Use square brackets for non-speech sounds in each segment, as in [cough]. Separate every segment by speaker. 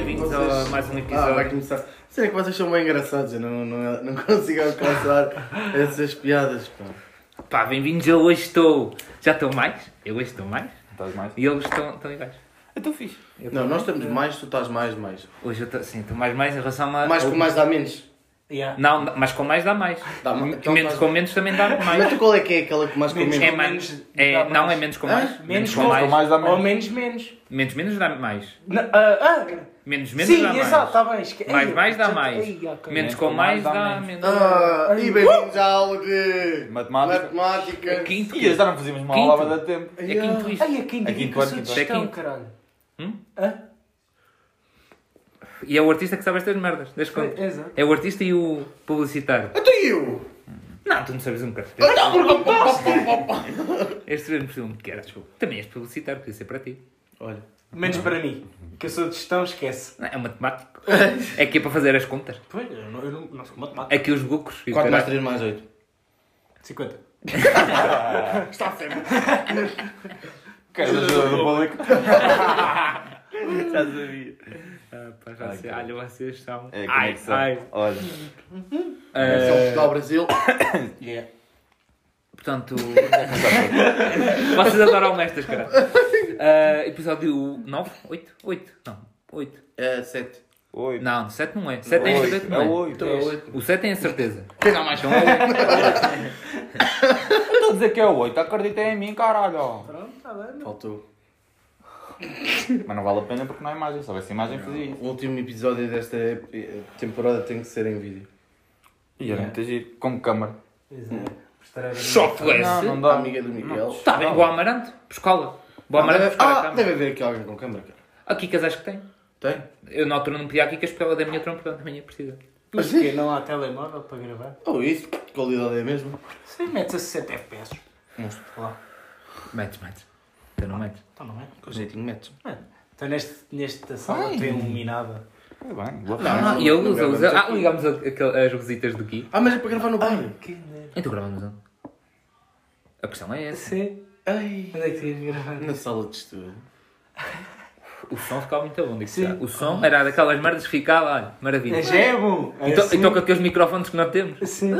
Speaker 1: mais, mais um episódio.
Speaker 2: Ah, vai começar. Sei que vocês são bem engraçados, eu não, não, não consigo alcançar essas piadas. Pá.
Speaker 1: Pá, bem-vindos, eu hoje estou. Já estão mais? Eu hoje estou mais?
Speaker 3: Estás mais?
Speaker 1: E eles estão, estão iguais. Eu
Speaker 4: Então
Speaker 1: estou fixe. Eu
Speaker 2: Não,
Speaker 1: tô-
Speaker 2: nós estamos mais, tu estás mais, mais.
Speaker 1: Hoje eu estou, sim, estou mais mais em relação a.
Speaker 2: Mais
Speaker 1: ao-
Speaker 2: com mais dá menos.
Speaker 4: Yeah.
Speaker 1: Não, mas com mais dá mais.
Speaker 2: Dá mais. Então
Speaker 1: menos
Speaker 2: estás-
Speaker 1: com menos também
Speaker 4: [laughs]
Speaker 1: dá
Speaker 2: Mas
Speaker 1: mais.
Speaker 2: tu qual é que é aquela que mais
Speaker 4: Menos
Speaker 2: comemos?
Speaker 1: É
Speaker 4: com
Speaker 1: mais.
Speaker 4: menos
Speaker 1: É,
Speaker 4: dá
Speaker 1: não, é
Speaker 4: mais.
Speaker 1: menos com
Speaker 2: Hã?
Speaker 1: mais.
Speaker 4: Menos com
Speaker 3: Com mais dá
Speaker 4: Ou
Speaker 3: menos.
Speaker 4: menos, menos.
Speaker 1: Menos menos dá mais.
Speaker 4: Não, ah, ah.
Speaker 1: Menos menos
Speaker 4: Sim,
Speaker 1: dá mais.
Speaker 4: exato, está bem. Esque-
Speaker 1: Mais
Speaker 4: Ei,
Speaker 1: mais dá
Speaker 4: já- tá-
Speaker 1: mais.
Speaker 4: Ei, ok.
Speaker 1: Menos com mais dá menos. É
Speaker 2: Ah, e bem-vindos à aula de
Speaker 3: Matemática.
Speaker 2: matemática.
Speaker 1: é Quinto.
Speaker 3: E hoje já não fazíamos uma
Speaker 1: Quinto.
Speaker 3: aula há bastante tempo.
Speaker 1: É quinto isto.
Speaker 4: Ai, a quinta
Speaker 3: Aqui,
Speaker 4: dica,
Speaker 3: claro
Speaker 4: sou
Speaker 3: que
Speaker 4: de
Speaker 1: vai.
Speaker 4: gestão,
Speaker 1: Aqui.
Speaker 4: caralho.
Speaker 1: Hum?
Speaker 4: Hã?
Speaker 1: E é o artista que sabe estas merdas, das contas.
Speaker 4: É, exato.
Speaker 1: É o artista e o publicitário.
Speaker 2: Até eu!
Speaker 1: Não, tu não sabes um cartão.
Speaker 2: Então,
Speaker 1: Este mesmo filme que era, desculpa. Também és publicitário, podia ser para ti.
Speaker 2: Olha.
Speaker 4: Menos para mim, que eu sou de gestão, esquece.
Speaker 1: Não, é matemático.
Speaker 2: [laughs]
Speaker 1: É que é para fazer as contas.
Speaker 4: Pois, eu não, eu não, não sou matemática.
Speaker 1: Aqui os lucros. e o
Speaker 2: 4 mais
Speaker 1: caralho.
Speaker 2: 3 mais 8.
Speaker 4: 50.
Speaker 2: Está sempre.
Speaker 3: Queres ajuda do público?
Speaker 1: Já sabia. Ah, pá, já
Speaker 3: Ai,
Speaker 1: sei.
Speaker 3: cara.
Speaker 1: Olha, vocês estão.
Speaker 3: É, como é
Speaker 1: ai,
Speaker 3: que
Speaker 1: ai.
Speaker 3: sabe? Olha,
Speaker 2: São
Speaker 1: Ah,
Speaker 2: é Portugal, Brasil.
Speaker 4: Yeah.
Speaker 1: portanto. [laughs] vocês adoram estas, cara. Ah, episódio 9? 8? 8? Não. 8.
Speaker 2: É 7.
Speaker 3: oito.
Speaker 1: Não, 7 não é. 7 é
Speaker 3: Oito.
Speaker 1: certeza que
Speaker 3: É
Speaker 1: não é.
Speaker 3: oito.
Speaker 4: Três.
Speaker 1: O 7 é a certeza.
Speaker 2: Quem dá mais? [laughs]
Speaker 1: Então é oito.
Speaker 3: Eu estou a dizer que é oito. Acreditem em mim, caralho.
Speaker 4: Pronto, está bem. não.
Speaker 2: Faltou.
Speaker 3: Mas não vale a pena porque não há imagem. Se houvesse imagem, fazia isso.
Speaker 2: O último episódio desta temporada tem que ser em vídeo.
Speaker 3: E era muito giro. Com É. câmara.
Speaker 4: Exato. é. Mostrar a-
Speaker 1: Chocolate.
Speaker 3: Não, não
Speaker 2: A
Speaker 3: dá.
Speaker 2: amiga do Miguel.
Speaker 1: Está Tá bem, vou ao Amarante. Pescola. Vou ao Amarante buscar a
Speaker 2: Ah,
Speaker 1: câmera.
Speaker 2: deve haver aqui alguém com câmera, cara.
Speaker 1: A Kikas acho que tem.
Speaker 2: Tem?
Speaker 1: Eu na altura não podia a Kikas porque ela é da minha trompa, portanto também ia precisar.
Speaker 4: Mas é. o quê? Não há telemóvel para gravar?
Speaker 2: Ou isso, qualidade é a mesma.
Speaker 4: Sim, metes a 60 FPS. Lá.
Speaker 1: Metes, metes. Então não metes.
Speaker 4: Então não é?
Speaker 2: Com jeitinho metes.
Speaker 4: Então neste, nesta sala um
Speaker 3: Ai.
Speaker 4: estou iluminada.
Speaker 3: Está bem. Boa
Speaker 2: Não,
Speaker 1: Ah,
Speaker 3: festa.
Speaker 1: e eu uso,
Speaker 2: gravamos
Speaker 1: uso. Ah,
Speaker 2: aqui.
Speaker 1: ligámos a- aquele- as rositas do Gui.
Speaker 2: Ah, mas é para gravar no banho.
Speaker 4: Que merda.
Speaker 1: Então gravamos onde? A questão é essa.
Speaker 4: Sim.
Speaker 2: Ai.
Speaker 4: Onde é que tu ias gravar?
Speaker 2: Na sala de estudo.
Speaker 1: O som ficava muito bom, digo
Speaker 4: Sim.
Speaker 1: já. O som era daquelas merdas que ficava, olha, maravilha.
Speaker 4: É gemo! É
Speaker 1: Então,
Speaker 4: assim.
Speaker 1: então com aqueles microfones que nós temos.
Speaker 4: Sim.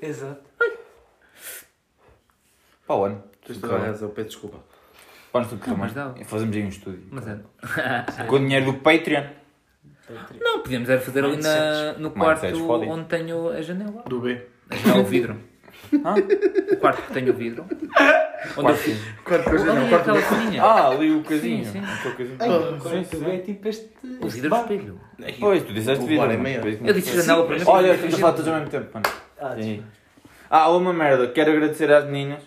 Speaker 4: Exato.
Speaker 3: Para o ano.
Speaker 2: Tens toda a razão, peço desculpa.
Speaker 3: Para tudo correr
Speaker 1: mas
Speaker 3: bem.
Speaker 1: dá.
Speaker 3: Fazemos aí um estúdio.
Speaker 1: Mas é.
Speaker 3: Com o dinheiro do Patreon.
Speaker 1: [laughs] Não, podíamos era fazer ali na, no
Speaker 3: Mindsets,
Speaker 1: quarto
Speaker 3: fodem.
Speaker 1: onde tenho a janela.
Speaker 2: Do B.
Speaker 1: A janela, é o vidro. O quarto que tenho o vidro. Onde eu fiz.
Speaker 2: Quarto coisa
Speaker 1: Ali
Speaker 2: não,
Speaker 1: é
Speaker 2: quarto
Speaker 1: aquela
Speaker 2: coisa.
Speaker 1: cozinha.
Speaker 3: Ah, ali o casinho.
Speaker 1: Sim, sim.
Speaker 3: Aquele casinho.
Speaker 4: Agora tu é tipo este.
Speaker 1: O
Speaker 4: este
Speaker 1: vidro do
Speaker 4: bar.
Speaker 1: espelho.
Speaker 3: Pois, tu disseste
Speaker 2: O
Speaker 3: vida.
Speaker 2: bar é
Speaker 3: mano.
Speaker 2: meia.
Speaker 3: Pois,
Speaker 1: Eu disse janela para mim.
Speaker 3: um Olha, estamos a falar todos ao mesmo tempo, mano.
Speaker 4: Ah,
Speaker 3: Sim. Ah, uma merda. Quero agradecer às meninas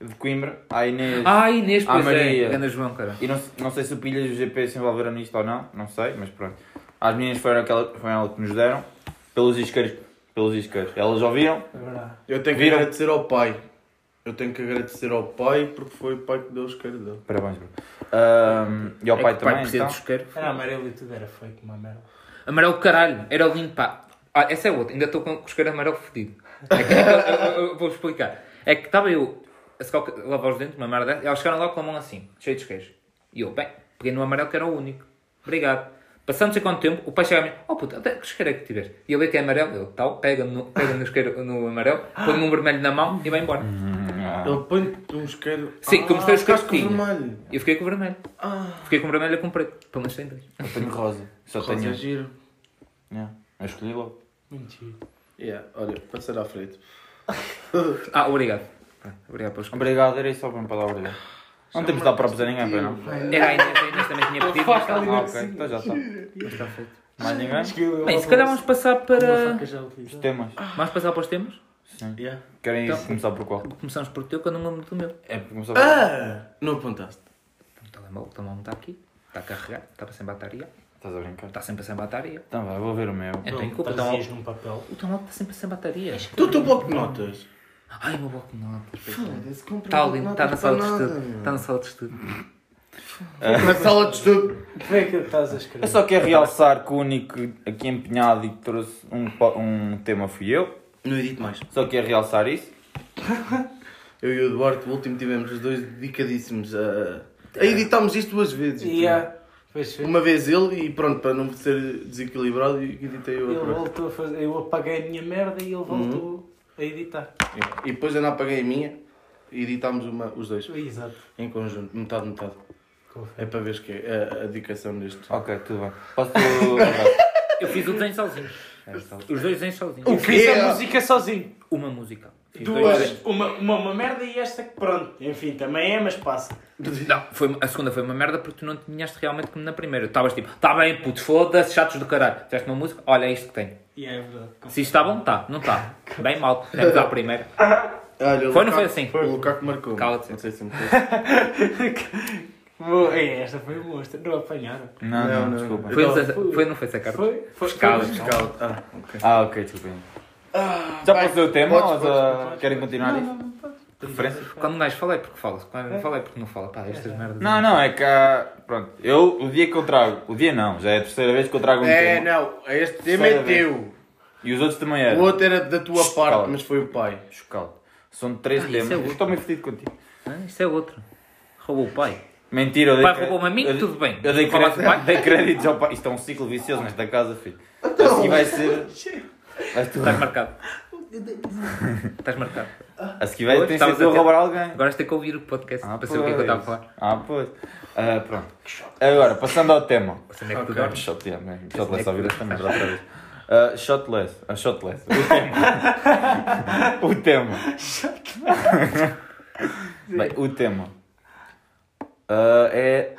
Speaker 3: de Coimbra, à Inês.
Speaker 1: Ah, Inês,
Speaker 3: Ah,
Speaker 1: pois é.
Speaker 3: Maria.
Speaker 1: Ganda João, cara.
Speaker 3: E não, se- não sei se o Pilhas e o GP se envolveram nisto ou não, não sei, mas pronto. As meninas foram aquela, foram ela que nos deram, pelos isqueiros. Pelos isqueiros. Elas ouviram?
Speaker 4: Agora.
Speaker 2: Eu tenho que
Speaker 3: Viram?
Speaker 2: agradecer ao pai. Eu tenho que agradecer ao pai porque foi o pai que deu os caras dele.
Speaker 3: Parabéns, bro. Ahm, e ao
Speaker 1: É
Speaker 3: pai
Speaker 1: que o
Speaker 3: também,
Speaker 1: precisa
Speaker 3: então.
Speaker 1: de isqueiro.
Speaker 4: Era amarelo e tudo era fake, uma merda.
Speaker 1: Amarelo, caralho. Era lindo, pá. Ah, essa é outra. Ainda estou com o isqueiro amarelo fodido. É que- é que eu- eu- eu Vou explicar. É que estava eu a secar o- a lavar os dentes, uma merda. dessa, E elas chegaram lá com a mão assim, cheio de isqueiros. E eu, bem, peguei no amarelo que era o único. Obrigado. Passando não sei quanto tempo, o pai chega a mim, oh puta, até que isqueiro é que tiveste? E ele é que é amarelo, ele tal, pega no, pega no, isqueiro, no amarelo, põe-me um vermelho na mão e vai embora.
Speaker 3: Hum,
Speaker 2: Ele põe-te um isqueiro.
Speaker 1: Sim,
Speaker 2: ah,
Speaker 1: como se fosse
Speaker 2: ficaste com
Speaker 1: casquinho.
Speaker 2: vermelho.
Speaker 1: E eu fiquei com o vermelho.
Speaker 2: Ah,
Speaker 1: Fiquei com o vermelho e com o preto. Pelo menos tem dois.
Speaker 3: Eu tenho rosa. Só
Speaker 2: rosa
Speaker 3: tenho.
Speaker 2: giro.
Speaker 3: Yeah. Eu escolhi logo.
Speaker 4: Mentira.
Speaker 2: Yeah, olha, passar à frente.
Speaker 1: Ah, obrigado. Pronto, Obrigado pelos comentários.
Speaker 3: Obrigado, era isso só mesmo para dar obrigado. Não temos de dar próprios a ninguém, pois não?
Speaker 1: Era a Inês, a Inês também tinha pedido, mas está,
Speaker 3: Ah, ok. Então já está.
Speaker 1: mas está feito.
Speaker 3: Mais ninguém?
Speaker 1: Bem, se calhar vamos passar para...
Speaker 3: Os
Speaker 4: Isto
Speaker 3: temas.
Speaker 1: Vamos passar para os temas?
Speaker 3: Sim.
Speaker 2: Yeah.
Speaker 3: Querem
Speaker 1: Então-
Speaker 3: começar por qual?
Speaker 1: Começamos por teu, que eu não me lembro um do meu.
Speaker 3: É, começar por.
Speaker 2: Ah! Não apontaste.
Speaker 1: O telemóvel também não está aqui. Está carregado. Estava sem bateria.
Speaker 3: Estás a brincar?
Speaker 1: Está sempre sem bateria.
Speaker 3: Então vai, vou ver o meu.
Speaker 1: É, tem culpa. Então,
Speaker 4: Trazias
Speaker 1: o
Speaker 4: num papel.
Speaker 1: telemóvel está sempre sem bateria.
Speaker 2: Tu, o teu bloco de notas.
Speaker 1: Ai, o meu bloco de notas. pois é.
Speaker 2: Foda-se, compra
Speaker 1: Está
Speaker 2: um bloco
Speaker 1: ali,
Speaker 2: de
Speaker 1: está na
Speaker 2: notas
Speaker 1: sala de
Speaker 2: para nada,
Speaker 1: estudo.
Speaker 2: meu.
Speaker 1: Está na sala de estudo.
Speaker 2: Na sala de estudo.
Speaker 4: Como é que estás a escrever?
Speaker 3: Eu só quero realçar que o único aqui empenhado e que trouxe um, po- um tema fui eu.
Speaker 2: Não edito mais.
Speaker 3: Só quero realçar isso.
Speaker 2: Eu e o É. Eduardo, o último, tivemos os dois dedicadíssimos a. a editarmos isto duas vezes.
Speaker 4: Yeah. Pois ah, foi.
Speaker 2: Uma vez ele e pronto, para não ser desequilibrado, e editei eu a
Speaker 4: Ele
Speaker 2: próxima.
Speaker 4: voltou a fazer. Eu apaguei a minha merda e ele voltou a editar.
Speaker 2: E depois eu não apaguei a minha e editámos uma, os dois
Speaker 4: Exato.
Speaker 2: em conjunto, metade, metade. É para ver que é a, a dedicação deste.
Speaker 3: Ok, tudo bem. [laughs] Posso. Abraço.
Speaker 1: Eu fiz o desenho sozinho.
Speaker 3: É, só-
Speaker 1: Os dois desenhos sozinhos.
Speaker 2: O
Speaker 4: Fiz
Speaker 2: quê?
Speaker 4: a música sozinho.
Speaker 1: Uma música. Fiz dois
Speaker 4: Duas.
Speaker 1: desenhos.
Speaker 4: Uma, uma, uma merda e esta que pronto. Enfim, também é, mas passa.
Speaker 1: Não, foi, a segunda foi uma merda porque tu não tinhaste realmente como na primeira. Tu estavas tipo, tá bem, puto, foda-se, chatos do caralho. Fizeste uma música, olha, é isto que tem.
Speaker 4: E é verdade.
Speaker 1: Se isto está bom, está. Não está. Bem mal. Temos à primeira.
Speaker 2: Olha, o
Speaker 1: Foi, não
Speaker 2: Lukaku-
Speaker 1: foi assim?
Speaker 2: Foi o Lukaku que marcou.
Speaker 1: Cala-te.
Speaker 2: Não sei [laughs] se me conhece.
Speaker 4: Boa, é, esta foi monstra. Não apanharam.
Speaker 2: Não,
Speaker 3: Não, não,
Speaker 2: não.
Speaker 3: desculpa.
Speaker 1: Foi,
Speaker 2: Não,
Speaker 1: não, foi, não foi sacar.
Speaker 4: Foi? Foi?
Speaker 1: Cala-te.
Speaker 4: foi-
Speaker 2: Cala-te. Ah, ok.
Speaker 3: Ah, ok, desculpa. Já
Speaker 2: Ah, vai.
Speaker 3: posso ver o tema?
Speaker 2: Podes,
Speaker 3: ou
Speaker 2: podes,
Speaker 3: já-
Speaker 4: podes.
Speaker 3: Querem continuar
Speaker 4: Não,
Speaker 3: isso?
Speaker 4: não, não pode.
Speaker 3: Referências?
Speaker 1: Quando um gajo fala é porque fala. Quando não fala é porque não fala. Pá, estas merdas.
Speaker 3: Não, não, é que há. Pronto, eu, o dia que eu trago. O dia não, já é a terceira vez que eu trago um
Speaker 2: É,
Speaker 3: tema.
Speaker 2: não, este tema
Speaker 3: Terceira
Speaker 2: é
Speaker 3: vez.
Speaker 2: teu.
Speaker 3: E os outros também eram.
Speaker 2: O outro era da tua parte,
Speaker 3: Cala-te.
Speaker 2: mas foi o pai.
Speaker 3: Chocolate. São três
Speaker 1: Ah, isso
Speaker 3: temas.
Speaker 1: é
Speaker 3: eu
Speaker 1: outro.
Speaker 3: estou meio fedido contigo.
Speaker 1: Ah, Isto é outro. Roubou o pai.
Speaker 3: Mentira, eu
Speaker 1: O
Speaker 3: dei.
Speaker 1: pai
Speaker 3: cre-
Speaker 1: roubou-me a mim,
Speaker 3: eu dei-
Speaker 1: tudo bem.
Speaker 3: Eu dei,
Speaker 1: Falaste
Speaker 3: crédito,
Speaker 1: do
Speaker 3: [laughs]
Speaker 1: pai?
Speaker 3: dei créditos ao pai. Isto é um ciclo vicioso nesta casa, filho. A seguir vai ser. Vai tu...
Speaker 1: Estás marcado. Estás marcado.
Speaker 3: A seguir assim vai ter
Speaker 1: Estavas
Speaker 3: sido eu
Speaker 1: a ter-
Speaker 3: roubar alguém.
Speaker 1: Agora vais ter que ouvir o podcast
Speaker 3: Ah,
Speaker 1: para saber o que é que eu estava a falar.
Speaker 3: Ah, pois. Ah, pronto. Agora, passando ao tema.
Speaker 1: Onde é que tu
Speaker 2: Ok.
Speaker 1: dormes?
Speaker 3: Shot, yeah, man. Shotless, ouvi também, já outra vez. Ah, shotless. Ah, shotless. O tema. o tema. Bem, o tema. Ah, é.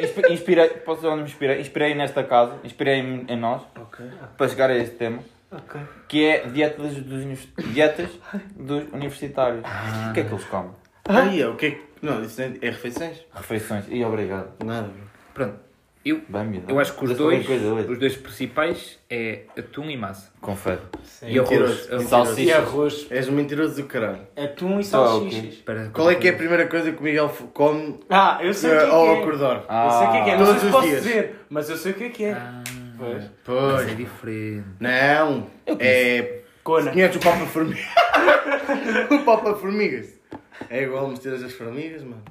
Speaker 3: Inspi- Inspirei, posso dizer onde me inspirei? Inspirei nesta casa, inspirei em, em nós,
Speaker 2: Ok.
Speaker 3: para chegar a este tema,
Speaker 4: Ok.
Speaker 3: que é dieta dos, dos univers- dietas dos universitários. O que é que eles comem?
Speaker 2: Aí, é, o que é que. Não, isso é, é refeições?
Speaker 3: Refeições. E obrigado.
Speaker 2: Nada.
Speaker 1: Pronto. Eu,
Speaker 3: Vai me
Speaker 1: eu acho que os dois, os dois principais é atum e massa.
Speaker 3: Confere.
Speaker 4: Sim.
Speaker 1: E arroz.
Speaker 2: Mentiroso.
Speaker 3: Salsicha.
Speaker 4: E arroz,
Speaker 2: é um
Speaker 4: É
Speaker 2: És um mentiroso do caralho.
Speaker 4: atum e
Speaker 3: Ah, ok.
Speaker 4: salsichas.
Speaker 1: Para-
Speaker 2: Qual é que é a primeira coisa que o Miguel f- come
Speaker 4: Ah, eu sei o que é
Speaker 2: eh, ao
Speaker 4: que é.
Speaker 2: acordar?
Speaker 3: Ah.
Speaker 4: Eu sei o que é que é, não sei
Speaker 2: Todos
Speaker 4: se
Speaker 2: os
Speaker 4: posso
Speaker 2: dias.
Speaker 4: dizer, mas eu sei o que é que é.
Speaker 1: Ah,
Speaker 4: Pois.
Speaker 1: mas é
Speaker 2: Pois.
Speaker 1: diferente.
Speaker 2: Não. É.
Speaker 4: Cona.
Speaker 2: Conheces o Papa Formigas? [laughs] o Papa Formigas. É igual misturas as formigas, mano.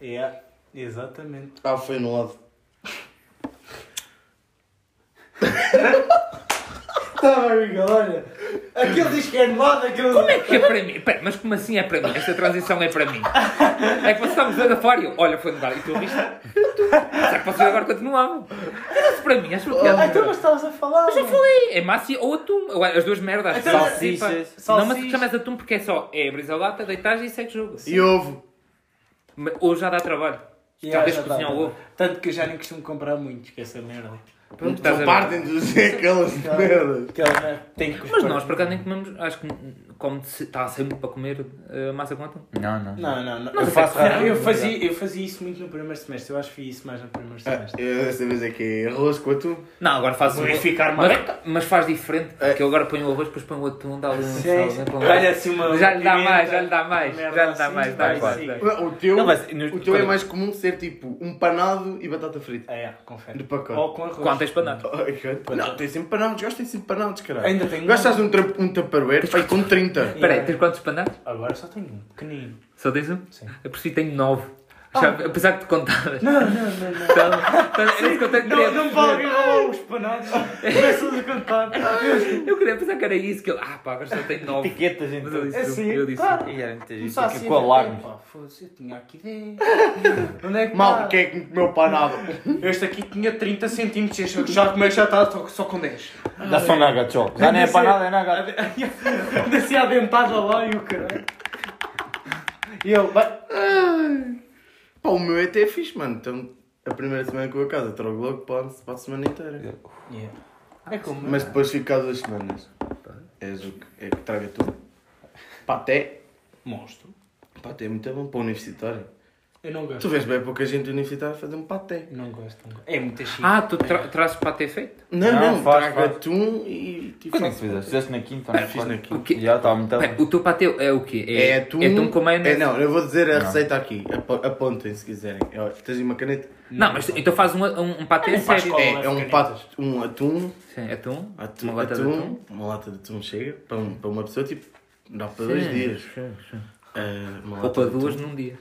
Speaker 4: É, exatamente.
Speaker 2: Ah, foi no lado.
Speaker 4: Tá bem, Miguel, olha. Aquele diz que é de moda, aquele...
Speaker 1: Como é que é para mim? Pera, mas como assim é para mim? Esta transição é para mim. É que vocês estavam dando fora e eu, olha, foi mudar. E tu ouviste? Será que vocês agora continuavam? Era-se para mim, acho que é
Speaker 4: Ah, então mas estavas a falar.
Speaker 1: Eu já falei, é Massi ou atum. Ou As duas merdas.
Speaker 4: Então,
Speaker 3: salsichas.
Speaker 1: Salsicha. Não, mas tu
Speaker 4: Salsicha.
Speaker 1: chamas atum porque é só. É brisolata, deitagem e segue jogo.
Speaker 2: E ovo.
Speaker 1: Mas Hoje já dá trabalho.
Speaker 4: Yeah,
Speaker 1: Talvez
Speaker 4: já
Speaker 1: cozinhar
Speaker 4: tá.
Speaker 1: o ovo.
Speaker 4: Tanto que eu já nem costumo comprar muito, que é essa merda.
Speaker 1: Pronto, estás
Speaker 2: Não
Speaker 1: a
Speaker 2: partem de dizer [laughs] aquelas merdas.
Speaker 4: Aquela merda tem que
Speaker 1: Mas nós, por acaso, nem comemos. Acho que como se- está sempre para comer eh, massa com atum.
Speaker 3: Não, não.
Speaker 4: Não, não, não.
Speaker 3: Eu faço
Speaker 4: Não,
Speaker 3: raro.
Speaker 4: eu, fazia, eu fazia isso muito no primeiro semestre. Eu acho que fiz isso mais no primeiro
Speaker 2: Ah,
Speaker 4: semestre.
Speaker 2: eu dessa vez é que é arroz com atum.
Speaker 1: Não, agora faz um.
Speaker 4: Purificar
Speaker 1: Mas,
Speaker 4: mais.
Speaker 1: mas faz diferente.
Speaker 2: É.
Speaker 1: Que eu agora ponho o arroz, depois ponho o atum, dá ali um
Speaker 4: Sim,
Speaker 1: sal, né, para um-
Speaker 4: Olha assim uma.
Speaker 1: Já lhe dá
Speaker 4: pimenta,
Speaker 1: mais, já lhe dá mais.
Speaker 4: merda
Speaker 1: Já lhe dá
Speaker 4: assim,
Speaker 1: mais,
Speaker 4: vai,
Speaker 1: dá quase.
Speaker 4: sim.
Speaker 1: dá.
Speaker 2: O teu,
Speaker 3: Não, mas nos-
Speaker 2: o teu é mais comum de ser tipo um panado e batata frita.
Speaker 4: Ah, é, confere.
Speaker 2: De pacote.
Speaker 4: Ou com arroz.
Speaker 1: Quantas
Speaker 4: [laughs]
Speaker 1: panadas?
Speaker 2: Oh, Não, tem sempre panados, gosto de sempre panados, caralho.
Speaker 4: Ainda tenho
Speaker 2: Gastas um, tra- um tupperware pai, com 30.
Speaker 1: Espera aí, tens quantos panadas?
Speaker 4: Agora só tenho um pequenino.
Speaker 1: Só tens um?
Speaker 4: Sim. Ah.
Speaker 1: Eu por si tenho nove. Já- apesar que te [laughs] contadas.
Speaker 4: Não, não, não, não.
Speaker 1: Então, então, era isso que eu tenho- queria
Speaker 4: Não,
Speaker 1: perceber.
Speaker 4: não vale roubar os panados. Começas a contar.
Speaker 1: Eu queria pensar que era isso que eu. Ah, pá, agora só tenho nove.
Speaker 4: [laughs]
Speaker 3: Etiquetas, então.
Speaker 1: Mas eu
Speaker 3: gente.
Speaker 1: disse.
Speaker 4: É sim,
Speaker 1: eu disse.
Speaker 4: claro.
Speaker 3: E era muita gente.
Speaker 4: Começar
Speaker 3: Fica
Speaker 4: assim
Speaker 3: Com
Speaker 4: a ver,
Speaker 3: alarmes.
Speaker 4: "Epá, foda-se, eu tinha aqui 10. Onde é que
Speaker 2: Mal,
Speaker 4: mal
Speaker 2: quem é que comeu panado?
Speaker 4: Este aqui tinha 30 centímetros. este Já como é que já está só, só com 10.
Speaker 3: Dá só naga, tchau. Já nem é para nada, é naga.
Speaker 4: [laughs] Ainda se adentada lá e o caralho. E eu, vai.
Speaker 2: Pá, o meu é até fixe, mano. Então, a primeira semana que eu a casa, trago logo para, a- para a semana inteira.
Speaker 4: É como.
Speaker 2: Mas depois fico cá duas semanas. És o que, é que traga tudo. Paté.
Speaker 4: Monstro.
Speaker 2: Paté é muito bom para o universitário.
Speaker 4: Eu não gosto.
Speaker 2: Tu vês bem pouca gente universitária fazer um paté.
Speaker 4: Não gosto. não gosto. É muito chique.
Speaker 1: Ah, tu tra trazes para ter feito?
Speaker 2: Não,
Speaker 3: Não,
Speaker 2: não,
Speaker 3: faz,
Speaker 2: traga
Speaker 3: faz.
Speaker 2: atum e tipo.
Speaker 3: Quando é que fizeste? Fizeste na quinta ou É, na
Speaker 2: Fiz na
Speaker 3: quarta?
Speaker 2: quinta.
Speaker 1: O quê?
Speaker 3: Já está muito
Speaker 1: Bem, o
Speaker 3: bem.
Speaker 1: teu pateu é o quê?
Speaker 2: Então. É atum.
Speaker 1: É atum com
Speaker 2: É,
Speaker 1: maionese?
Speaker 2: não, eu vou dizer a receita aqui. Apo- Apontem se quiserem. Ó, Tens aí uma caneta?
Speaker 1: Não, mas então faz um, um, um patê
Speaker 4: nem faz
Speaker 1: sério.
Speaker 4: cola.
Speaker 1: É.
Speaker 2: É,
Speaker 4: as
Speaker 2: é um,
Speaker 4: canetas.
Speaker 2: pato, um atum,
Speaker 1: Sim, é atum,
Speaker 2: atum,
Speaker 1: uma lata de atum.
Speaker 2: uma lata de atum chega para, um- para uma pessoa, tipo, dá para dois
Speaker 1: Sim,
Speaker 2: dias.
Speaker 1: sim, sim.
Speaker 2: Ah, uma
Speaker 1: Ou
Speaker 2: lata
Speaker 1: para
Speaker 2: de atum.
Speaker 1: duas num dia.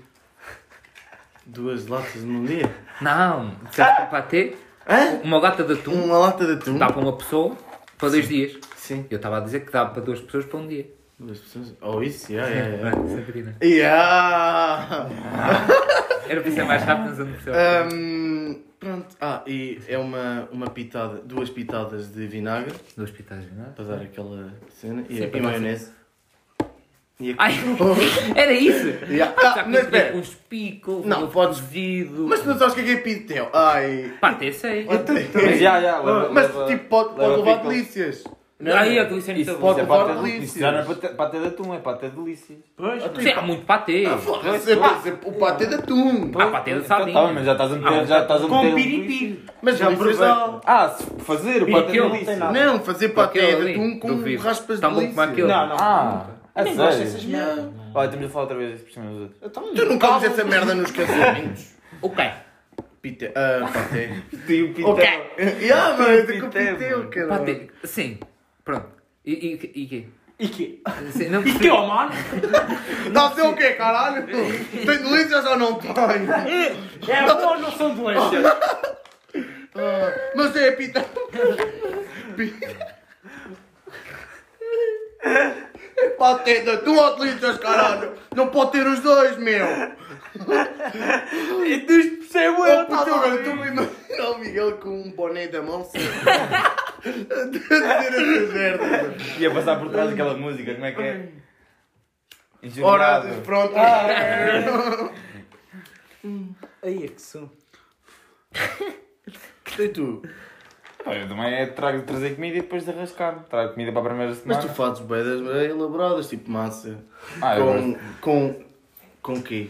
Speaker 2: Duas latas num dia?
Speaker 1: Não,
Speaker 2: Ah!
Speaker 1: disseste para ter
Speaker 2: Hã?
Speaker 1: uma lata de atum
Speaker 2: Uma lata de atum?
Speaker 1: dá para uma pessoa para dois dias.
Speaker 2: Sim.
Speaker 1: Eu estava a dizer que dá para duas pessoas para um dia.
Speaker 2: Duas pessoas. Oh, isso, yeah, yeah, yeah.
Speaker 1: Ah, Sabrina.
Speaker 2: Yeah!
Speaker 1: Era para ser
Speaker 2: Ah.
Speaker 1: mais rápido, mas eu não percebo.
Speaker 2: Ahm, pronto. Ah, e é uma, uma pitada, duas pitadas de vinagre
Speaker 1: Duas pitadas, não é?
Speaker 2: para dar aquela cena e,
Speaker 1: Sim,
Speaker 2: e
Speaker 1: para dar-
Speaker 2: maionese. E a...
Speaker 1: Ai, [laughs] era isso!
Speaker 2: Yeah.
Speaker 1: Já
Speaker 2: Ah, mas espera.
Speaker 1: uns picos,
Speaker 2: Não,
Speaker 1: ovo
Speaker 2: podes-
Speaker 1: cozido.
Speaker 2: Mas tu Então, não sabes o que é que é pitel? Ai.
Speaker 1: Parte, eu sei.
Speaker 3: Mas já, já, leva-
Speaker 2: Mas
Speaker 3: leva-
Speaker 2: tipo, pode, pode
Speaker 3: leva
Speaker 2: levar
Speaker 3: pickles.
Speaker 2: delícias.
Speaker 1: Aí a delícia
Speaker 3: Isso,
Speaker 1: não
Speaker 2: pode
Speaker 3: pode é
Speaker 2: levar
Speaker 3: para ter delícias.
Speaker 2: delícias.
Speaker 3: Já não é para ter- para ter de atum, é para ter delícias.
Speaker 4: Pois,
Speaker 2: Ah, tu-
Speaker 4: mano.
Speaker 1: Sim, há muito Ah, patê. Há
Speaker 2: Foda-se, eu pensei, O patê de atum.
Speaker 1: patê de
Speaker 3: Então, tá, mas
Speaker 1: sardinha.
Speaker 3: já estás a
Speaker 1: Ah,
Speaker 3: meter, já estás a meter. um
Speaker 4: com
Speaker 3: delícias.
Speaker 4: piripiri.
Speaker 2: Mas
Speaker 4: Já
Speaker 2: delícias
Speaker 4: provei.
Speaker 2: dá.
Speaker 3: Ah, se fazer o
Speaker 1: E
Speaker 3: patê de
Speaker 1: aquilo?
Speaker 3: delícia.
Speaker 4: Não.
Speaker 2: Não, fazer paté
Speaker 1: Aquele
Speaker 2: de
Speaker 1: ali,
Speaker 2: atum com
Speaker 1: duvido.
Speaker 2: raspas de
Speaker 1: Tão bom
Speaker 2: delícias.
Speaker 1: como aquele.
Speaker 4: Não, não.
Speaker 3: Ah, é
Speaker 4: Nem gosto
Speaker 3: sério.
Speaker 4: dessas merdas.
Speaker 3: Olha, temos de falar outra vez por cima dos outros.
Speaker 4: Eu também
Speaker 2: Tu
Speaker 4: não.
Speaker 2: não comes essa merda nos casamentos?
Speaker 1: O quê?
Speaker 2: Pite... Ah, paté.
Speaker 3: Tem
Speaker 4: tipo,
Speaker 3: o pitel.
Speaker 4: é
Speaker 2: yeah, mano, eu tenho com
Speaker 3: Pité,
Speaker 2: piteu,
Speaker 3: mano.
Speaker 2: cara.
Speaker 1: Patê. Sim. Pronto. E, e, e quê?
Speaker 4: E que?
Speaker 1: Sim, não
Speaker 4: E que,
Speaker 1: percebi.
Speaker 4: ó, [laughs] mano?
Speaker 2: Dá o quê, caralho? Tem delícias ou não tem?
Speaker 4: É bom ou não são doenças?
Speaker 2: Ah, Mas é pita... É Paté de atum ou delícias, caralho? Não pode ter os dois, meu.
Speaker 4: [laughs] E tu percebes
Speaker 2: Eu
Speaker 4: eu
Speaker 2: puto,
Speaker 4: tava
Speaker 2: agora
Speaker 4: ali.
Speaker 2: estou a imaginar o Miguel com um boné da mão sempre. A dizer essas merdas.
Speaker 3: Ia passar por trás daquela música, como é que é?
Speaker 2: Ora,
Speaker 3: Enjoado.
Speaker 2: pronto.
Speaker 4: Aí é que são.
Speaker 2: E tu?
Speaker 3: Pá, Eu também é, trago trazer comida e depois de arrascar. Trago comida para a primeira
Speaker 2: Mas
Speaker 3: semana.
Speaker 2: tu fazes bebidas elaboradas, tipo massa.
Speaker 3: Ah, eu
Speaker 2: com, com. Com quê?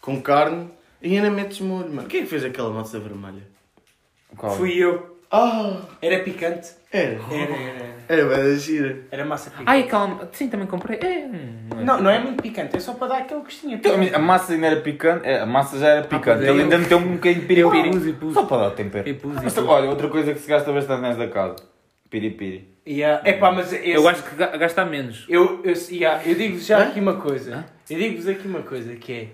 Speaker 2: Com carne e ainda metes molho, mano. Quem é que fez aquela massa vermelha?
Speaker 3: Qual?
Speaker 4: Fui eu.
Speaker 2: Ah!
Speaker 4: Era picante.
Speaker 2: Era.
Speaker 4: Era, era, era.
Speaker 2: Era bem gira.
Speaker 4: Era massa picante.
Speaker 1: Ai, calma. Sim, também comprei. É, hum,
Speaker 4: Não, não é muito picante, é só para dar aquele gostinho.
Speaker 3: Então, a massa ainda era picante, é, a massa já era picante,
Speaker 1: pois é,
Speaker 3: ele ainda
Speaker 1: eu-
Speaker 3: meteu um bocadinho de piripiri.
Speaker 1: Eu pus e pus.
Speaker 3: Só para dar tempero.
Speaker 1: Eu pus e
Speaker 3: Mas,
Speaker 1: pus.
Speaker 3: olha, outra coisa que se gasta bastante nesta casa: piripiri.
Speaker 4: Yeah. Epá, mas é esse-
Speaker 1: Eu acho que ga- gasta menos.
Speaker 4: Eu, eu, yeah, eu digo-vos já aqui uma coisa. Eu digo-vos aqui uma coisa que é.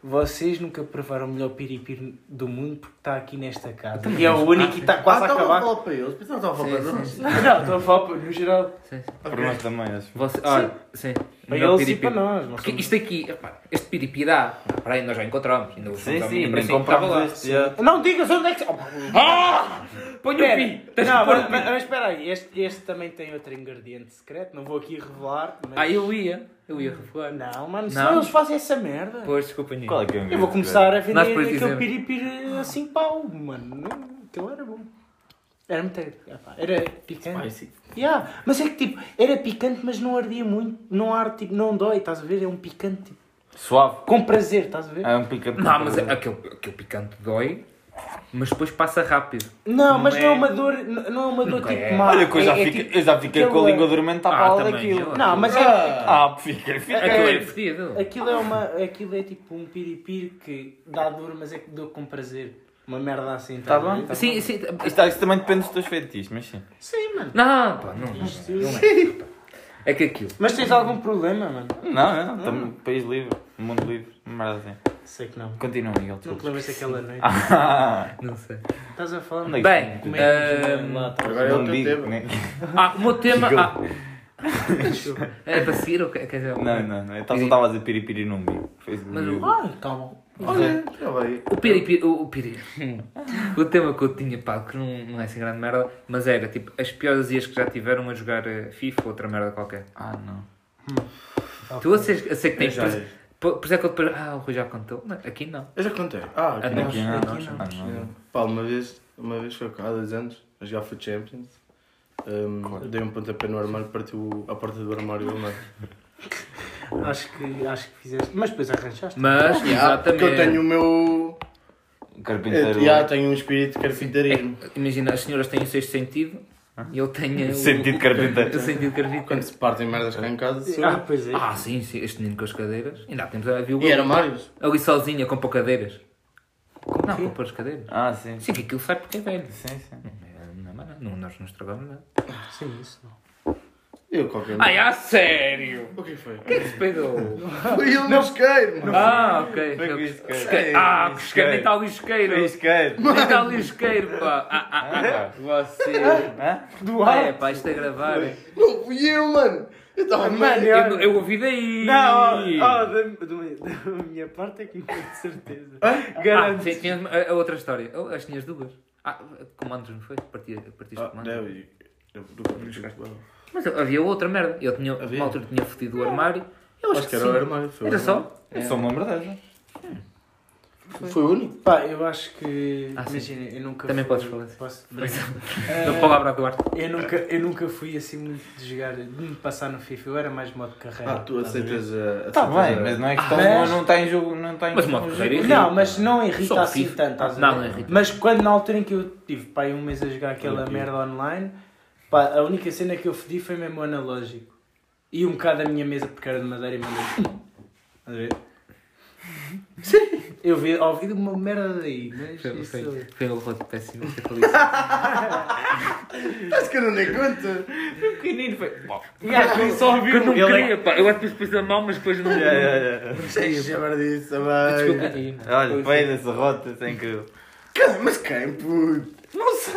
Speaker 4: Vocês nunca provaram o melhor piripiri do mundo porque está aqui nesta casa. E é o único e está quase
Speaker 2: ah,
Speaker 4: a
Speaker 2: estava
Speaker 4: acabar.
Speaker 2: a falar para eles. Pensava que estava a falar para nós.
Speaker 4: Não, estou a falar para- no geral.
Speaker 1: Sim.
Speaker 3: Para nós também, acho.
Speaker 1: Você, olha, sim.
Speaker 4: Para
Speaker 1: Melhor
Speaker 4: eles e
Speaker 1: piripi.
Speaker 4: para nós. não
Speaker 1: Porque
Speaker 4: somos-
Speaker 1: isto aqui, epá, este piripi dá. Para aí, nós já encontramos. Ainda o
Speaker 3: Sim,
Speaker 1: fomos ao
Speaker 3: sim,
Speaker 1: menino,
Speaker 3: nem
Speaker 1: parecia que estava lá.
Speaker 3: comprámos este. já.
Speaker 4: Não digas onde é que.
Speaker 1: Põe o
Speaker 4: Espera.
Speaker 1: pi. Tens
Speaker 4: oh, Não,
Speaker 1: de pôr o
Speaker 4: mas,
Speaker 1: pi.
Speaker 4: mas- mas espera aí, este, este também tem outro ingrediente secreto, não vou aqui revelar. Mas...
Speaker 1: Ah, eu ia. Eu ia refugar.
Speaker 4: Não, mano,
Speaker 1: Não?
Speaker 4: senão eles fazem essa merda.
Speaker 1: Pois, desculpa, Nino.
Speaker 3: Qual é que é o
Speaker 4: Eu vou começar a vender
Speaker 1: Nós depois
Speaker 4: aquele
Speaker 1: dizemos.
Speaker 4: piripiri a 5 pau, mano. Não, Aquilo era bom. Era muito. epá, Era picante.
Speaker 2: Spicy.
Speaker 4: Yeah. Mas é que tipo, era picante, mas não ardia muito. Não arde, tipo, não dói, estás a ver? É um picante tipo,
Speaker 3: Suave.
Speaker 4: com prazer, estás a ver?
Speaker 3: É um picante.
Speaker 1: Não, mas aquele, aquele picante dói, mas depois passa rápido.
Speaker 4: Não, mas
Speaker 1: Não
Speaker 4: não
Speaker 1: é-
Speaker 4: é, uma dor, não não é uma dor
Speaker 1: Nunca
Speaker 4: tipo
Speaker 1: é.
Speaker 4: má.
Speaker 3: Olha, que eu já,
Speaker 4: É- é
Speaker 3: fiquei,
Speaker 4: tipo
Speaker 3: eu já fiquei com a
Speaker 4: aquela-
Speaker 3: língua dormente à
Speaker 1: Ah,
Speaker 3: pala
Speaker 1: também,
Speaker 3: daquilo.
Speaker 1: eu-
Speaker 4: Não, mas é,
Speaker 3: Ah, fiquei,
Speaker 1: Aquilo é
Speaker 3: fiquei.
Speaker 1: fedido.
Speaker 4: Aquilo é, uma, aquilo é tipo um piripiri que dá dor, mas é que dor com prazer. Uma merda assim,
Speaker 3: Tá
Speaker 4: a ver?
Speaker 3: bom.
Speaker 4: Tá
Speaker 1: Sim, sim.
Speaker 3: Isto, isto também depende dos teus feitiços, mas sim.
Speaker 4: Sim, mano.
Speaker 1: Não, pá, não.
Speaker 2: Sim.
Speaker 1: É que aquilo.
Speaker 4: Mas tens algum problema, mano?
Speaker 3: Não, não, estamos país livre, mundo livre, uma merda assim.
Speaker 4: Sei que não.
Speaker 3: Continua, Miguel.
Speaker 4: Não te
Speaker 3: desculpa.
Speaker 4: lembras daquela noite?
Speaker 3: Ah,
Speaker 1: Não sei.
Speaker 4: Estás a falar?
Speaker 3: Onde é que
Speaker 1: Bem, hum,
Speaker 4: Como é que
Speaker 1: ahm,
Speaker 4: lá, tá?
Speaker 2: Agora é o
Speaker 3: não
Speaker 2: teu
Speaker 3: digo,
Speaker 2: tema.
Speaker 3: né?
Speaker 1: ah, o meu tema. Ah, [laughs] é para seguir ou quer quer dizer?
Speaker 3: Não, não, não. Eu só estava a dizer piripiri no umbigo. Fez
Speaker 1: Mas
Speaker 3: o-
Speaker 1: o-
Speaker 4: Ai, calma.
Speaker 2: Olha, já vai.
Speaker 1: O piripiri, o, o piri- o tema que eu tinha, pá, que não, não é assim grande merda, mas era tipo as piores dias que já tiveram a jogar eh, FIFA ou outra merda qualquer.
Speaker 3: Ah, não.
Speaker 1: Tu eu sei, eu sei que tens.
Speaker 2: já
Speaker 1: Por,
Speaker 2: é.
Speaker 1: por, por isso é que eu depois. Ah, o Rui já contou. Não, aqui não.
Speaker 2: Eu já contei. Ah, aqui
Speaker 1: Não,
Speaker 2: nós-
Speaker 3: Aqui não,
Speaker 4: aqui
Speaker 3: Ah, não.
Speaker 2: Yeah. Pá, uma vez, uma vez foi há dois anos, a jogar Food Champions. Um, Dei um pontapé no armário, partiu o- a porta do armário do mano.
Speaker 4: Acho que, acho que fizeste. Mas depois arranjaste.
Speaker 1: Mas, exatamente.
Speaker 2: Ah, Porque eu tenho um o meu.
Speaker 3: Carpinteiro.
Speaker 2: Eu, já tenho um espírito de carpinteirismo.
Speaker 1: É, imagina, as senhoras têm o sexto sentido e eu tenho. o-
Speaker 3: Sentido carpinteiro.
Speaker 1: O sentido
Speaker 2: Quando
Speaker 1: carpinteiro.
Speaker 2: se partem merdas cá em casa, sou
Speaker 4: Ah,
Speaker 2: eu.
Speaker 4: pois é.
Speaker 1: Ah, sim, sim, este menino com as cadeiras. Ainda há tempos havia o
Speaker 2: E era Marios?
Speaker 1: ali sozinha, comprou cadeiras. não,
Speaker 4: quê?
Speaker 1: comprou as cadeiras.
Speaker 3: Ah, sim.
Speaker 1: Sim, que aquilo sai porque é velho.
Speaker 3: Sim, sim.
Speaker 1: Não, é- não, é mais nada, não, nós não estragamos nada.
Speaker 4: Sim, isso não.
Speaker 2: Eu qualquer
Speaker 1: Ai, a sério!
Speaker 2: O que foi?
Speaker 1: Quem é que se peidou?
Speaker 2: Foi ele no isqueiro, mano.
Speaker 1: Ah, ok.
Speaker 3: Foi com isqueiro.
Speaker 1: Isqueiro. Ah, com isqueiro. Nem está o isqueiro.
Speaker 3: Foi isqueiro.
Speaker 1: Nem está o isqueiro, pá. Ah, ah,
Speaker 3: Ah,
Speaker 1: Você.
Speaker 3: [laughs] Hã?
Speaker 1: Ah, é, pá, isto é gravar.
Speaker 2: Não fui eu, mano. Eu estava
Speaker 4: Mano,
Speaker 2: mano.
Speaker 1: Eu, eu ouvi daí.
Speaker 4: Não, oh, oh, da, da- da minha parte é que não tenho certeza.
Speaker 1: Ah,
Speaker 4: Garanto.
Speaker 1: sim, tinhas a, a outra história. Eu acho que tinhas duas. Ah, comandos não foi? Partia- Partiste
Speaker 2: Ah,
Speaker 1: comandos.
Speaker 2: não, e- eu não
Speaker 1: Mas havia outra merda. Eu tinha,
Speaker 2: Havia?
Speaker 1: uma altura tinha fodido o armário. Eu acho,
Speaker 2: Acho que
Speaker 1: que,
Speaker 2: era
Speaker 1: sim.
Speaker 2: o armário. foi o
Speaker 1: Era
Speaker 2: armário.
Speaker 1: só?
Speaker 3: Eu só me lembro dessa.
Speaker 2: Foi o único.
Speaker 4: Ah. Pá, eu acho que.
Speaker 1: Ah, sim.
Speaker 4: imagina, eu nunca.
Speaker 1: Também
Speaker 4: fui-
Speaker 1: podes falar.
Speaker 4: Posso?
Speaker 1: Da
Speaker 4: Eh,
Speaker 1: palavra a Duarte.
Speaker 4: eu, nunca, eu nunca fui assim muito de jogar, de me passar no FIFA. Eu era mais modo carreira.
Speaker 2: Ah, tu
Speaker 4: estás a ver?
Speaker 2: aceitas a.
Speaker 3: Está
Speaker 2: aceitas
Speaker 3: bem,
Speaker 2: a-
Speaker 3: mas não é que
Speaker 4: Ah,
Speaker 3: estão-
Speaker 4: mas-
Speaker 3: não está em jogo. Não está em
Speaker 1: Mas uma
Speaker 3: jogo.
Speaker 1: correria.
Speaker 4: Não, mas não irrita
Speaker 1: Só
Speaker 4: assim
Speaker 1: FIFA.
Speaker 4: tanto. Estás a
Speaker 1: Não, é.
Speaker 4: ver?
Speaker 1: não irrita.
Speaker 4: Mas quando na altura em que eu tive pá, aí um mês a jogar aquela merda online, pá, a única cena que eu fodi foi mesmo o analógico. E um bocado a minha mesa porque era de madeira e mandei. Estás a ver? Sim. Eu vi, ouvi uma merda daí, mas
Speaker 1: Foi,
Speaker 4: isso...
Speaker 1: foi, foi um rote péssimo. eu falei
Speaker 4: [laughs]
Speaker 1: isso.
Speaker 2: Acho que eu não dei conta.
Speaker 4: é
Speaker 3: pequenino. Foi. Bom.
Speaker 1: Eu só ouvi que eu não
Speaker 3: Ele é-
Speaker 1: queria, pá. Eu acho que depois da mão, mas depois não.
Speaker 3: [laughs] Yeah, yeah, yeah.
Speaker 2: Sei, chamar disso, vai.
Speaker 1: Desculpa.
Speaker 3: Olha, fez essa rota é sem que.
Speaker 2: Quem? Mas quem, puto?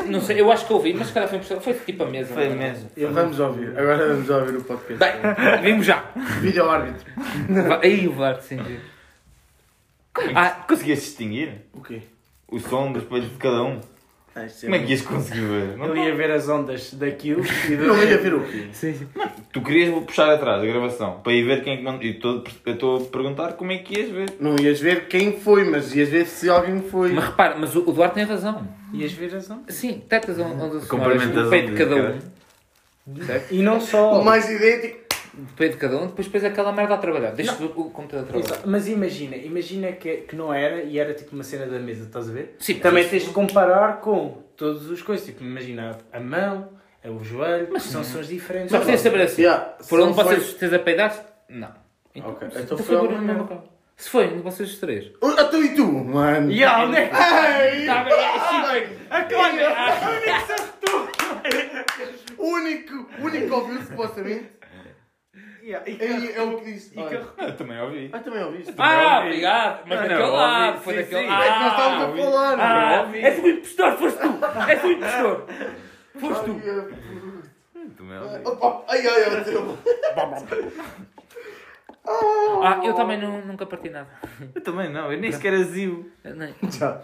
Speaker 1: Não sei, eu acho que ouvi, mas se calhar foi, impossível. foi tipo a mesa.
Speaker 3: Foi
Speaker 1: não é?
Speaker 3: mesmo.
Speaker 2: Vamos ouvir, agora vamos ouvir o podcast.
Speaker 1: Bem, vimos já.
Speaker 2: Vídeo ao árbitro.
Speaker 1: Aí o Duarte, sim. sim. Ah,
Speaker 3: Conseguias distinguir
Speaker 2: O quê?
Speaker 3: o som dos espelhos de cada um? Como é que é? ias conseguir ver? Não-
Speaker 4: Eu ia ver as ondas daquilo e do...
Speaker 2: Não ia ver o quê?
Speaker 3: Tu querias puxar atrás a gravação para ir ver quem é que mandou. E tô- eu estou a perguntar como é que ias ver.
Speaker 2: Não ias ver quem foi, mas ias ver se alguém foi.
Speaker 1: mas repara, mas o o Duarte tem razão.
Speaker 4: Ias ver as ondas.
Speaker 1: Sim, tetas ondas sonoras
Speaker 3: Complementa
Speaker 1: do
Speaker 3: as
Speaker 1: peito de
Speaker 3: ondas,
Speaker 1: cada um.
Speaker 3: cara.
Speaker 4: E não só...
Speaker 2: O mais idêntico.
Speaker 1: Do peito de cada um, depois pões aquela merda a trabalhar. Deixa o o computador a trabalhar.
Speaker 4: Exato. Mas imagina, imagina que, que não era e era tipo uma cena da mesa, estás a ver?
Speaker 1: Sim, mas
Speaker 4: Também
Speaker 1: isso-
Speaker 4: tens de comparar com todas as coisas, tipo, imagina a mão, a- o joelho, mas são sons diferentes.
Speaker 1: Só precisas saber assim.
Speaker 2: Yeah,
Speaker 1: Por
Speaker 2: são
Speaker 1: onde vocês
Speaker 2: sons-
Speaker 1: três a peidar? Não.
Speaker 2: Ok,
Speaker 1: se-
Speaker 2: então
Speaker 1: se
Speaker 2: foi
Speaker 1: for
Speaker 2: alguma
Speaker 1: no mesmo local. Se foi, onde vocês três.
Speaker 2: Oh, Então e tu, mano?
Speaker 4: E há onde é que
Speaker 2: né? Ai,
Speaker 1: Tá bem, é, sim,
Speaker 2: o único, o único que ouviu supostamente é, é o que disse. Olha.
Speaker 3: Eu também ouvi.
Speaker 2: Ah, também ouviste?
Speaker 1: Ah,
Speaker 3: ouvi.
Speaker 1: obrigado. Mas
Speaker 3: Não,
Speaker 1: daquele
Speaker 3: não,
Speaker 1: lado,
Speaker 3: ouvi,
Speaker 1: foi
Speaker 3: sim,
Speaker 1: daquele
Speaker 3: sim.
Speaker 1: lado.
Speaker 2: É que nós estávamos a falar,
Speaker 1: Ah,
Speaker 3: ouvi.
Speaker 1: És um impostor, foste tu. És um impostor. Foste tu.
Speaker 2: mano.
Speaker 3: Também
Speaker 2: Ah,
Speaker 1: É.
Speaker 3: ouvi.
Speaker 2: opa, Ai, ai, ai, teu.
Speaker 1: Ah, eu também nu- nunca parti nada.
Speaker 3: Eu também não, eu nem sequer azio.
Speaker 1: Eu nem-
Speaker 2: Já.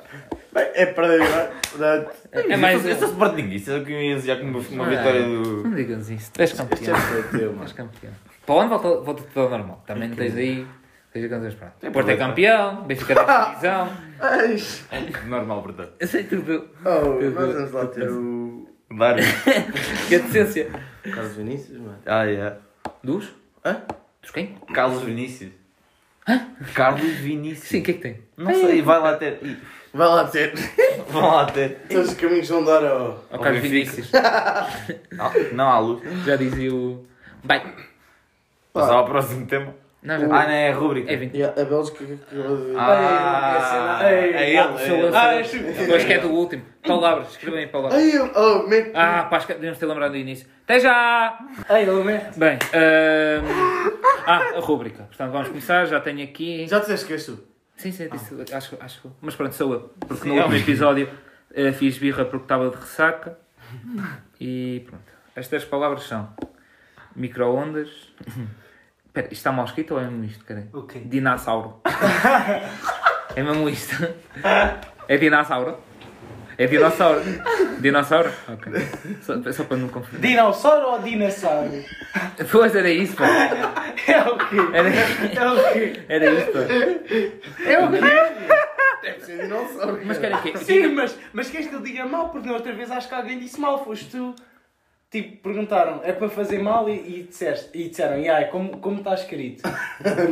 Speaker 2: Bem, é perder agora.
Speaker 1: É
Speaker 3: Eu
Speaker 1: mais
Speaker 3: sou-
Speaker 1: um. Ah.
Speaker 3: Eu sou sportinguista, eu que eu ia aziar com uma, uma vitória do.
Speaker 1: Não digamos isso. Tu és
Speaker 2: Este é
Speaker 1: campeão.
Speaker 2: para teu,
Speaker 1: És
Speaker 2: mano.
Speaker 1: campeão. Para onde volta, volta tudo ao normal. Também não tens aí. Tens aí coisas pronto.
Speaker 3: Tem
Speaker 1: Porto é
Speaker 3: problema.
Speaker 1: campeão, Benfica é da [laughs] divisão.
Speaker 2: Ai,
Speaker 3: Normal, portanto.
Speaker 1: Eu sei tudo.
Speaker 2: oh, nós vamos lá ter o.
Speaker 3: Dar.
Speaker 1: Que é a decência.
Speaker 2: Carlos Vinícius, mano.
Speaker 3: Ah, é.
Speaker 1: Dos?
Speaker 2: Hã?
Speaker 1: Dos quem?
Speaker 3: Carlos Vinícius. Carlos Vinícius.
Speaker 1: Sim, o que é que tem?
Speaker 3: Não sei, vai lá ter. Ih,
Speaker 2: Vai lá ter.
Speaker 3: Vão lá ter.
Speaker 2: Todos os caminhos vão dar ao.
Speaker 1: Ao Carlos
Speaker 3: Benfica.
Speaker 1: Vinícius.
Speaker 3: Ah, Não há luz.
Speaker 1: Já dizia o. Bem.
Speaker 3: Passar ao próximo tema.
Speaker 1: Não,
Speaker 3: Ah,
Speaker 1: já
Speaker 3: não, é a rubrica.
Speaker 1: É 20.
Speaker 2: E a a Bélgica que acabou de.
Speaker 3: Ah,
Speaker 4: Ei,
Speaker 3: é
Speaker 4: ei,
Speaker 3: ele. é ele.
Speaker 1: Ah, Eu acho que é do último. Palavras, escrevem aí palavras.
Speaker 2: Ai, eu- oh, man.
Speaker 1: Ah, pá, esque- devíamos ter lembrado do início. Até já!
Speaker 4: Ai, Lume.
Speaker 1: Bem, ahm, ah, a rúbrica. Portanto, vamos começar. Já tenho aqui.
Speaker 2: Já disseste que és tu?
Speaker 1: Sim, sim, disse, acho, acho que. Mas pronto, sou eu. Porque
Speaker 3: Sim,
Speaker 1: no
Speaker 3: é
Speaker 1: último
Speaker 3: um-
Speaker 1: episódio eh, fiz birra porque estava de ressaca. E pronto. Estas palavras são microondas. Espera, isto está mal escrito ou é mesmo isto, cara?
Speaker 4: O quê?
Speaker 1: Dinossauro. é mesmo isto? É dinossauro? É dinossauro? Dinossauro? Ok. Só, só para não confundir.
Speaker 4: Dinossauro ou dinossauro?
Speaker 1: Pois era isso, pá.
Speaker 4: É o quê?
Speaker 1: Era,
Speaker 4: É o quê?
Speaker 1: era isso, pá.
Speaker 4: É o quê?
Speaker 2: Deve ser dinossauro.
Speaker 1: Mas
Speaker 2: cara.
Speaker 1: querem que
Speaker 4: Sim, mas, mas queres que eu diga mal? Porque na outra vez acho que alguém disse mal, foste tu. Tipo, perguntaram, é para fazer mal e, e, disseste, e disseram, e ai, como, como está escrito?
Speaker 2: [laughs]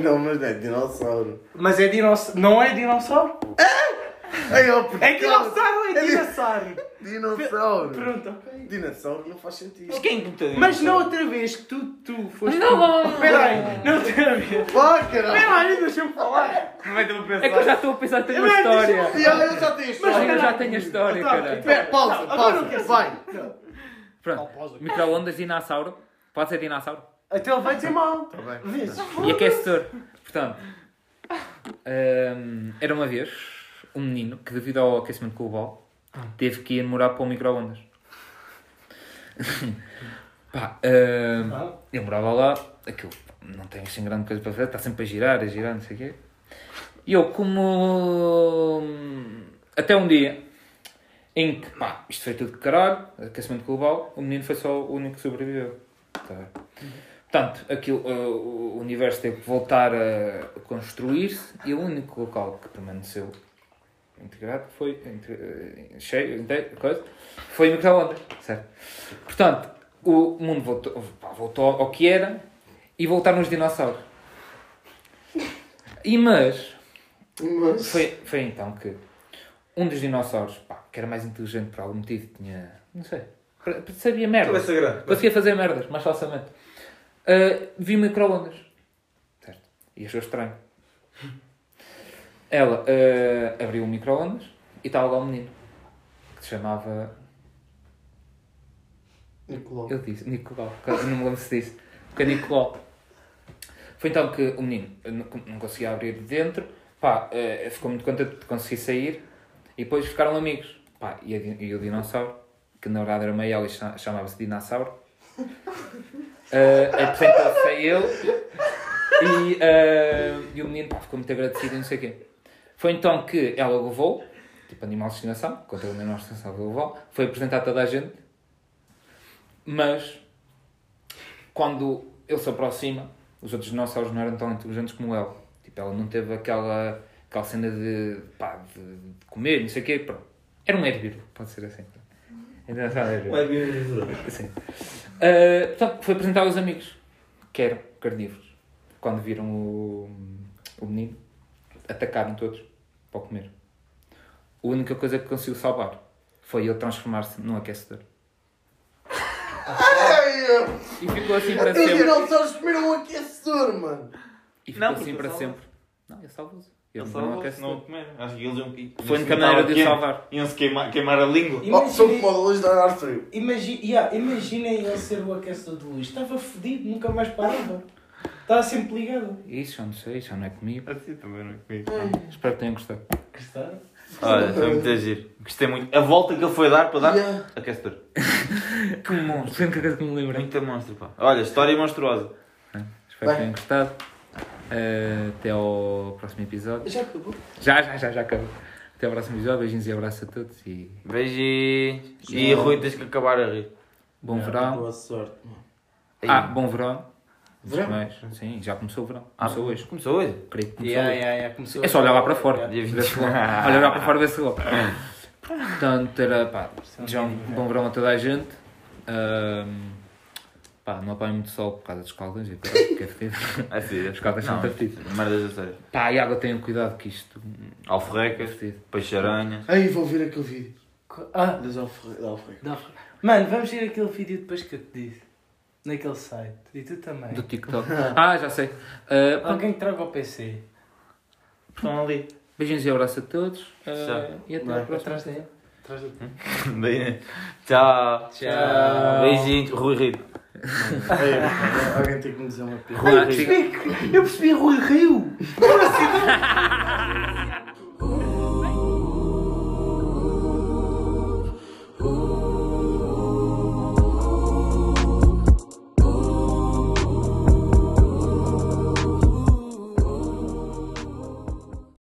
Speaker 2: Não, mas não é dinossauro.
Speaker 4: Mas é dinossauro. Não é dinossauro?
Speaker 2: Ai, oh, por
Speaker 4: É
Speaker 2: causa-
Speaker 4: dinossauro ou é
Speaker 2: di-
Speaker 4: dinossauro?
Speaker 2: Dinossauro.
Speaker 4: Pronto, ok.
Speaker 2: Dinossauro não faz sentido.
Speaker 3: Mas quem que me tem
Speaker 4: Mas
Speaker 3: dinossauro?
Speaker 4: na outra vez que tu, tu foste.
Speaker 1: Não,
Speaker 4: tu.
Speaker 1: não, não.
Speaker 4: Espera aí, na outra vez.
Speaker 2: Vá, caralho.
Speaker 4: Espera aí, deixa-me falar.
Speaker 3: Não vai ter uma
Speaker 1: É que eu
Speaker 3: pensar.
Speaker 1: já estou a pensar que tenho uma
Speaker 4: Eu não disse-
Speaker 1: história.
Speaker 2: E aí eu já tenho
Speaker 1: Mas
Speaker 2: história.
Speaker 1: eu já tenho a história,
Speaker 4: Tá,
Speaker 1: cara.
Speaker 4: então-
Speaker 2: Espera, pausa,
Speaker 4: Não, agora eu
Speaker 2: pausa.
Speaker 4: quero
Speaker 2: Vai.
Speaker 1: Pronto. Microondas, dinossauro. Pode ser dinossauro.
Speaker 4: Até Então ele vai dizer mal.
Speaker 2: Tá bem.
Speaker 4: Vês?
Speaker 1: E aquecedor. Portanto, hum, era uma vez um menino que, devido ao aquecimento global, teve que ir morar para o microondas. Pá, hum,
Speaker 4: Ah.
Speaker 1: eu morava lá, aquilo não tem assim grande coisa para fazer, está sempre a girar, a girar, não sei o quê. E eu, como. Até um dia em que, pá, isto foi tudo de caralho, aquecimento global, o menino foi só o único que sobreviveu. Tá bem. Portanto, aquilo, eh, o universo teve que voltar a construir-se e o único local que permaneceu integrado foi entre, eh, cheio, inte- coisa, foi o microondas, certo? Portanto, o mundo voltou, pá, voltou ao que era e voltaram os dinossauros. E mas,
Speaker 5: Mas.
Speaker 1: foi, foi então que um dos dinossauros, pá, que era mais inteligente por algum motivo, tinha. não sei. Sabia merda.
Speaker 3: Cabeça grande.
Speaker 1: Conseguia fazer merdas, mais facilmente. Ah, vi microondas. Certo. E achou estranho. Ela ah, abriu o microondas e estava lá um menino que se chamava.
Speaker 5: Nicolau.
Speaker 1: Eu disse, Nicolau, que eu não me lembro se disse, que é Nicolau. Foi então que o menino eh, não não conseguia abrir de dentro, pá, eh, ficou muito contente de conseguir sair e depois ficaram amigos. Pá, e, a di- e o dinossauro, que na verdade era uma ela e cha- chamava-se dinossauro, eh, apresentou-se a ele e, eh, e o menino pá, ficou muito agradecido e não sei o quê. Foi então que ela levou, tipo animal de estimação, contra o animal de estimação que levou, foi apresentar a toda a gente mas quando ele se aproxima, os outros dinossauros não eram tão inteligentes como ela. Tipo, ela não teve aquela, aquela cena de, pá, de, de comer, não sei o quê. Pronto. Era um herbívoro, pode ser assim. Então, era um herbívoro. Sim. Ah, portanto, foi apresentar aos amigos, que eram carnívoros. Quando viram o, o menino, atacaram todos para o comer. A única coisa que conseguiu salvar foi ele transformar-se num aquecedor. E ficou assim para
Speaker 5: Os
Speaker 1: sempre.
Speaker 5: dinossauros comeram um aquecedor, mano.
Speaker 1: E ficou
Speaker 3: Não, porque
Speaker 1: assim para
Speaker 3: salva.
Speaker 1: sempre. Não, eu salvo-os. Eu
Speaker 3: Ele
Speaker 1: não é um
Speaker 3: salvou,
Speaker 1: aquece
Speaker 3: senão
Speaker 1: tudo.
Speaker 3: comeram. Acho que eles iam que.
Speaker 1: Foi a única maneira de o salvar.
Speaker 3: Iam-se queimar, queimar a língua.
Speaker 5: Oh, sou como a
Speaker 4: Imaginem
Speaker 5: luz da ar frio.
Speaker 4: imagi- yeah, imaginem ele ser o aquecedor de luz. Estava fedido, nunca mais parava. Estava sempre ligado.
Speaker 1: Isso, eu não sei, isso não é comigo.
Speaker 3: Assim também não é comigo.
Speaker 1: Espero que tenham gostado.
Speaker 4: Gostaram?
Speaker 3: Olha, foi muito giro. Gostei muito. A volta que ele foi dar para dar.
Speaker 5: Yeah.
Speaker 3: Aquecedor.
Speaker 1: Que monstro, sempre que me lembrei.
Speaker 3: Muita monstro, pá. Olha, história monstruosa.
Speaker 1: Espero
Speaker 5: Bem.
Speaker 1: que tenham gostado. Ah, até ao próximo episódio.
Speaker 5: Já acabou.
Speaker 1: Já, já, já, já acabou. Até ao próximo episódio. Beijinhos e abraço a todos e
Speaker 3: Beijinhos. E Rui, tens que acabar a rir.
Speaker 1: bom verão.
Speaker 2: Boa sorte, mano.
Speaker 1: Ah, bom verão.
Speaker 5: Verão?
Speaker 1: Mas, sim, já começou o verão. Começou hoje.
Speaker 3: Começou hoje?
Speaker 1: Creio que começou
Speaker 4: Yeah,
Speaker 2: Então,
Speaker 1: hoje.
Speaker 4: yeah, yeah, começou
Speaker 1: É só olhar lá para fora.
Speaker 4: Yeah.
Speaker 3: Dia
Speaker 1: Ver se
Speaker 3: 20.
Speaker 1: logo. Olha lá para fora, ver se logo. Portanto, era pá, já um bom verão a toda a gente. Ahm, pá, não apanho muito sol por causa dos caldas e caralho, porque é fedido.
Speaker 3: [laughs] É filho.
Speaker 1: Os caldas são
Speaker 3: Não,
Speaker 1: partidos.
Speaker 3: Merdas a sério.
Speaker 1: Pá, e água tenham cuidado que isto hum, é
Speaker 3: Alforrecas,
Speaker 1: fedido.
Speaker 3: peixe-aranhas.
Speaker 5: Aí vou ver aquele vídeo.
Speaker 4: Ah,
Speaker 5: Das alfre- da alfregas.
Speaker 4: dá pra- Mano, vamos ver aquele vídeo depois que eu te disse. Naquele site. E tu também.
Speaker 1: Do TikTok. Ah, já sei. Ah, pá,
Speaker 4: É Alguém que traga o PC.
Speaker 3: Estão ali. [laughs]
Speaker 1: beijinhos e abraço a todos. Ah,
Speaker 3: Tchau.
Speaker 1: e até né?
Speaker 2: Vai.
Speaker 1: à próxima.
Speaker 4: dele. Atrás do
Speaker 3: Bem, Tchau.
Speaker 4: Tchau.
Speaker 3: Beijinhos. Rui Rito.
Speaker 2: Ei, mano, alguém tem que me dizer
Speaker 1: Ah,
Speaker 2: uma piada.
Speaker 1: Rui, siga-
Speaker 4: Eu percebi Rui Rio!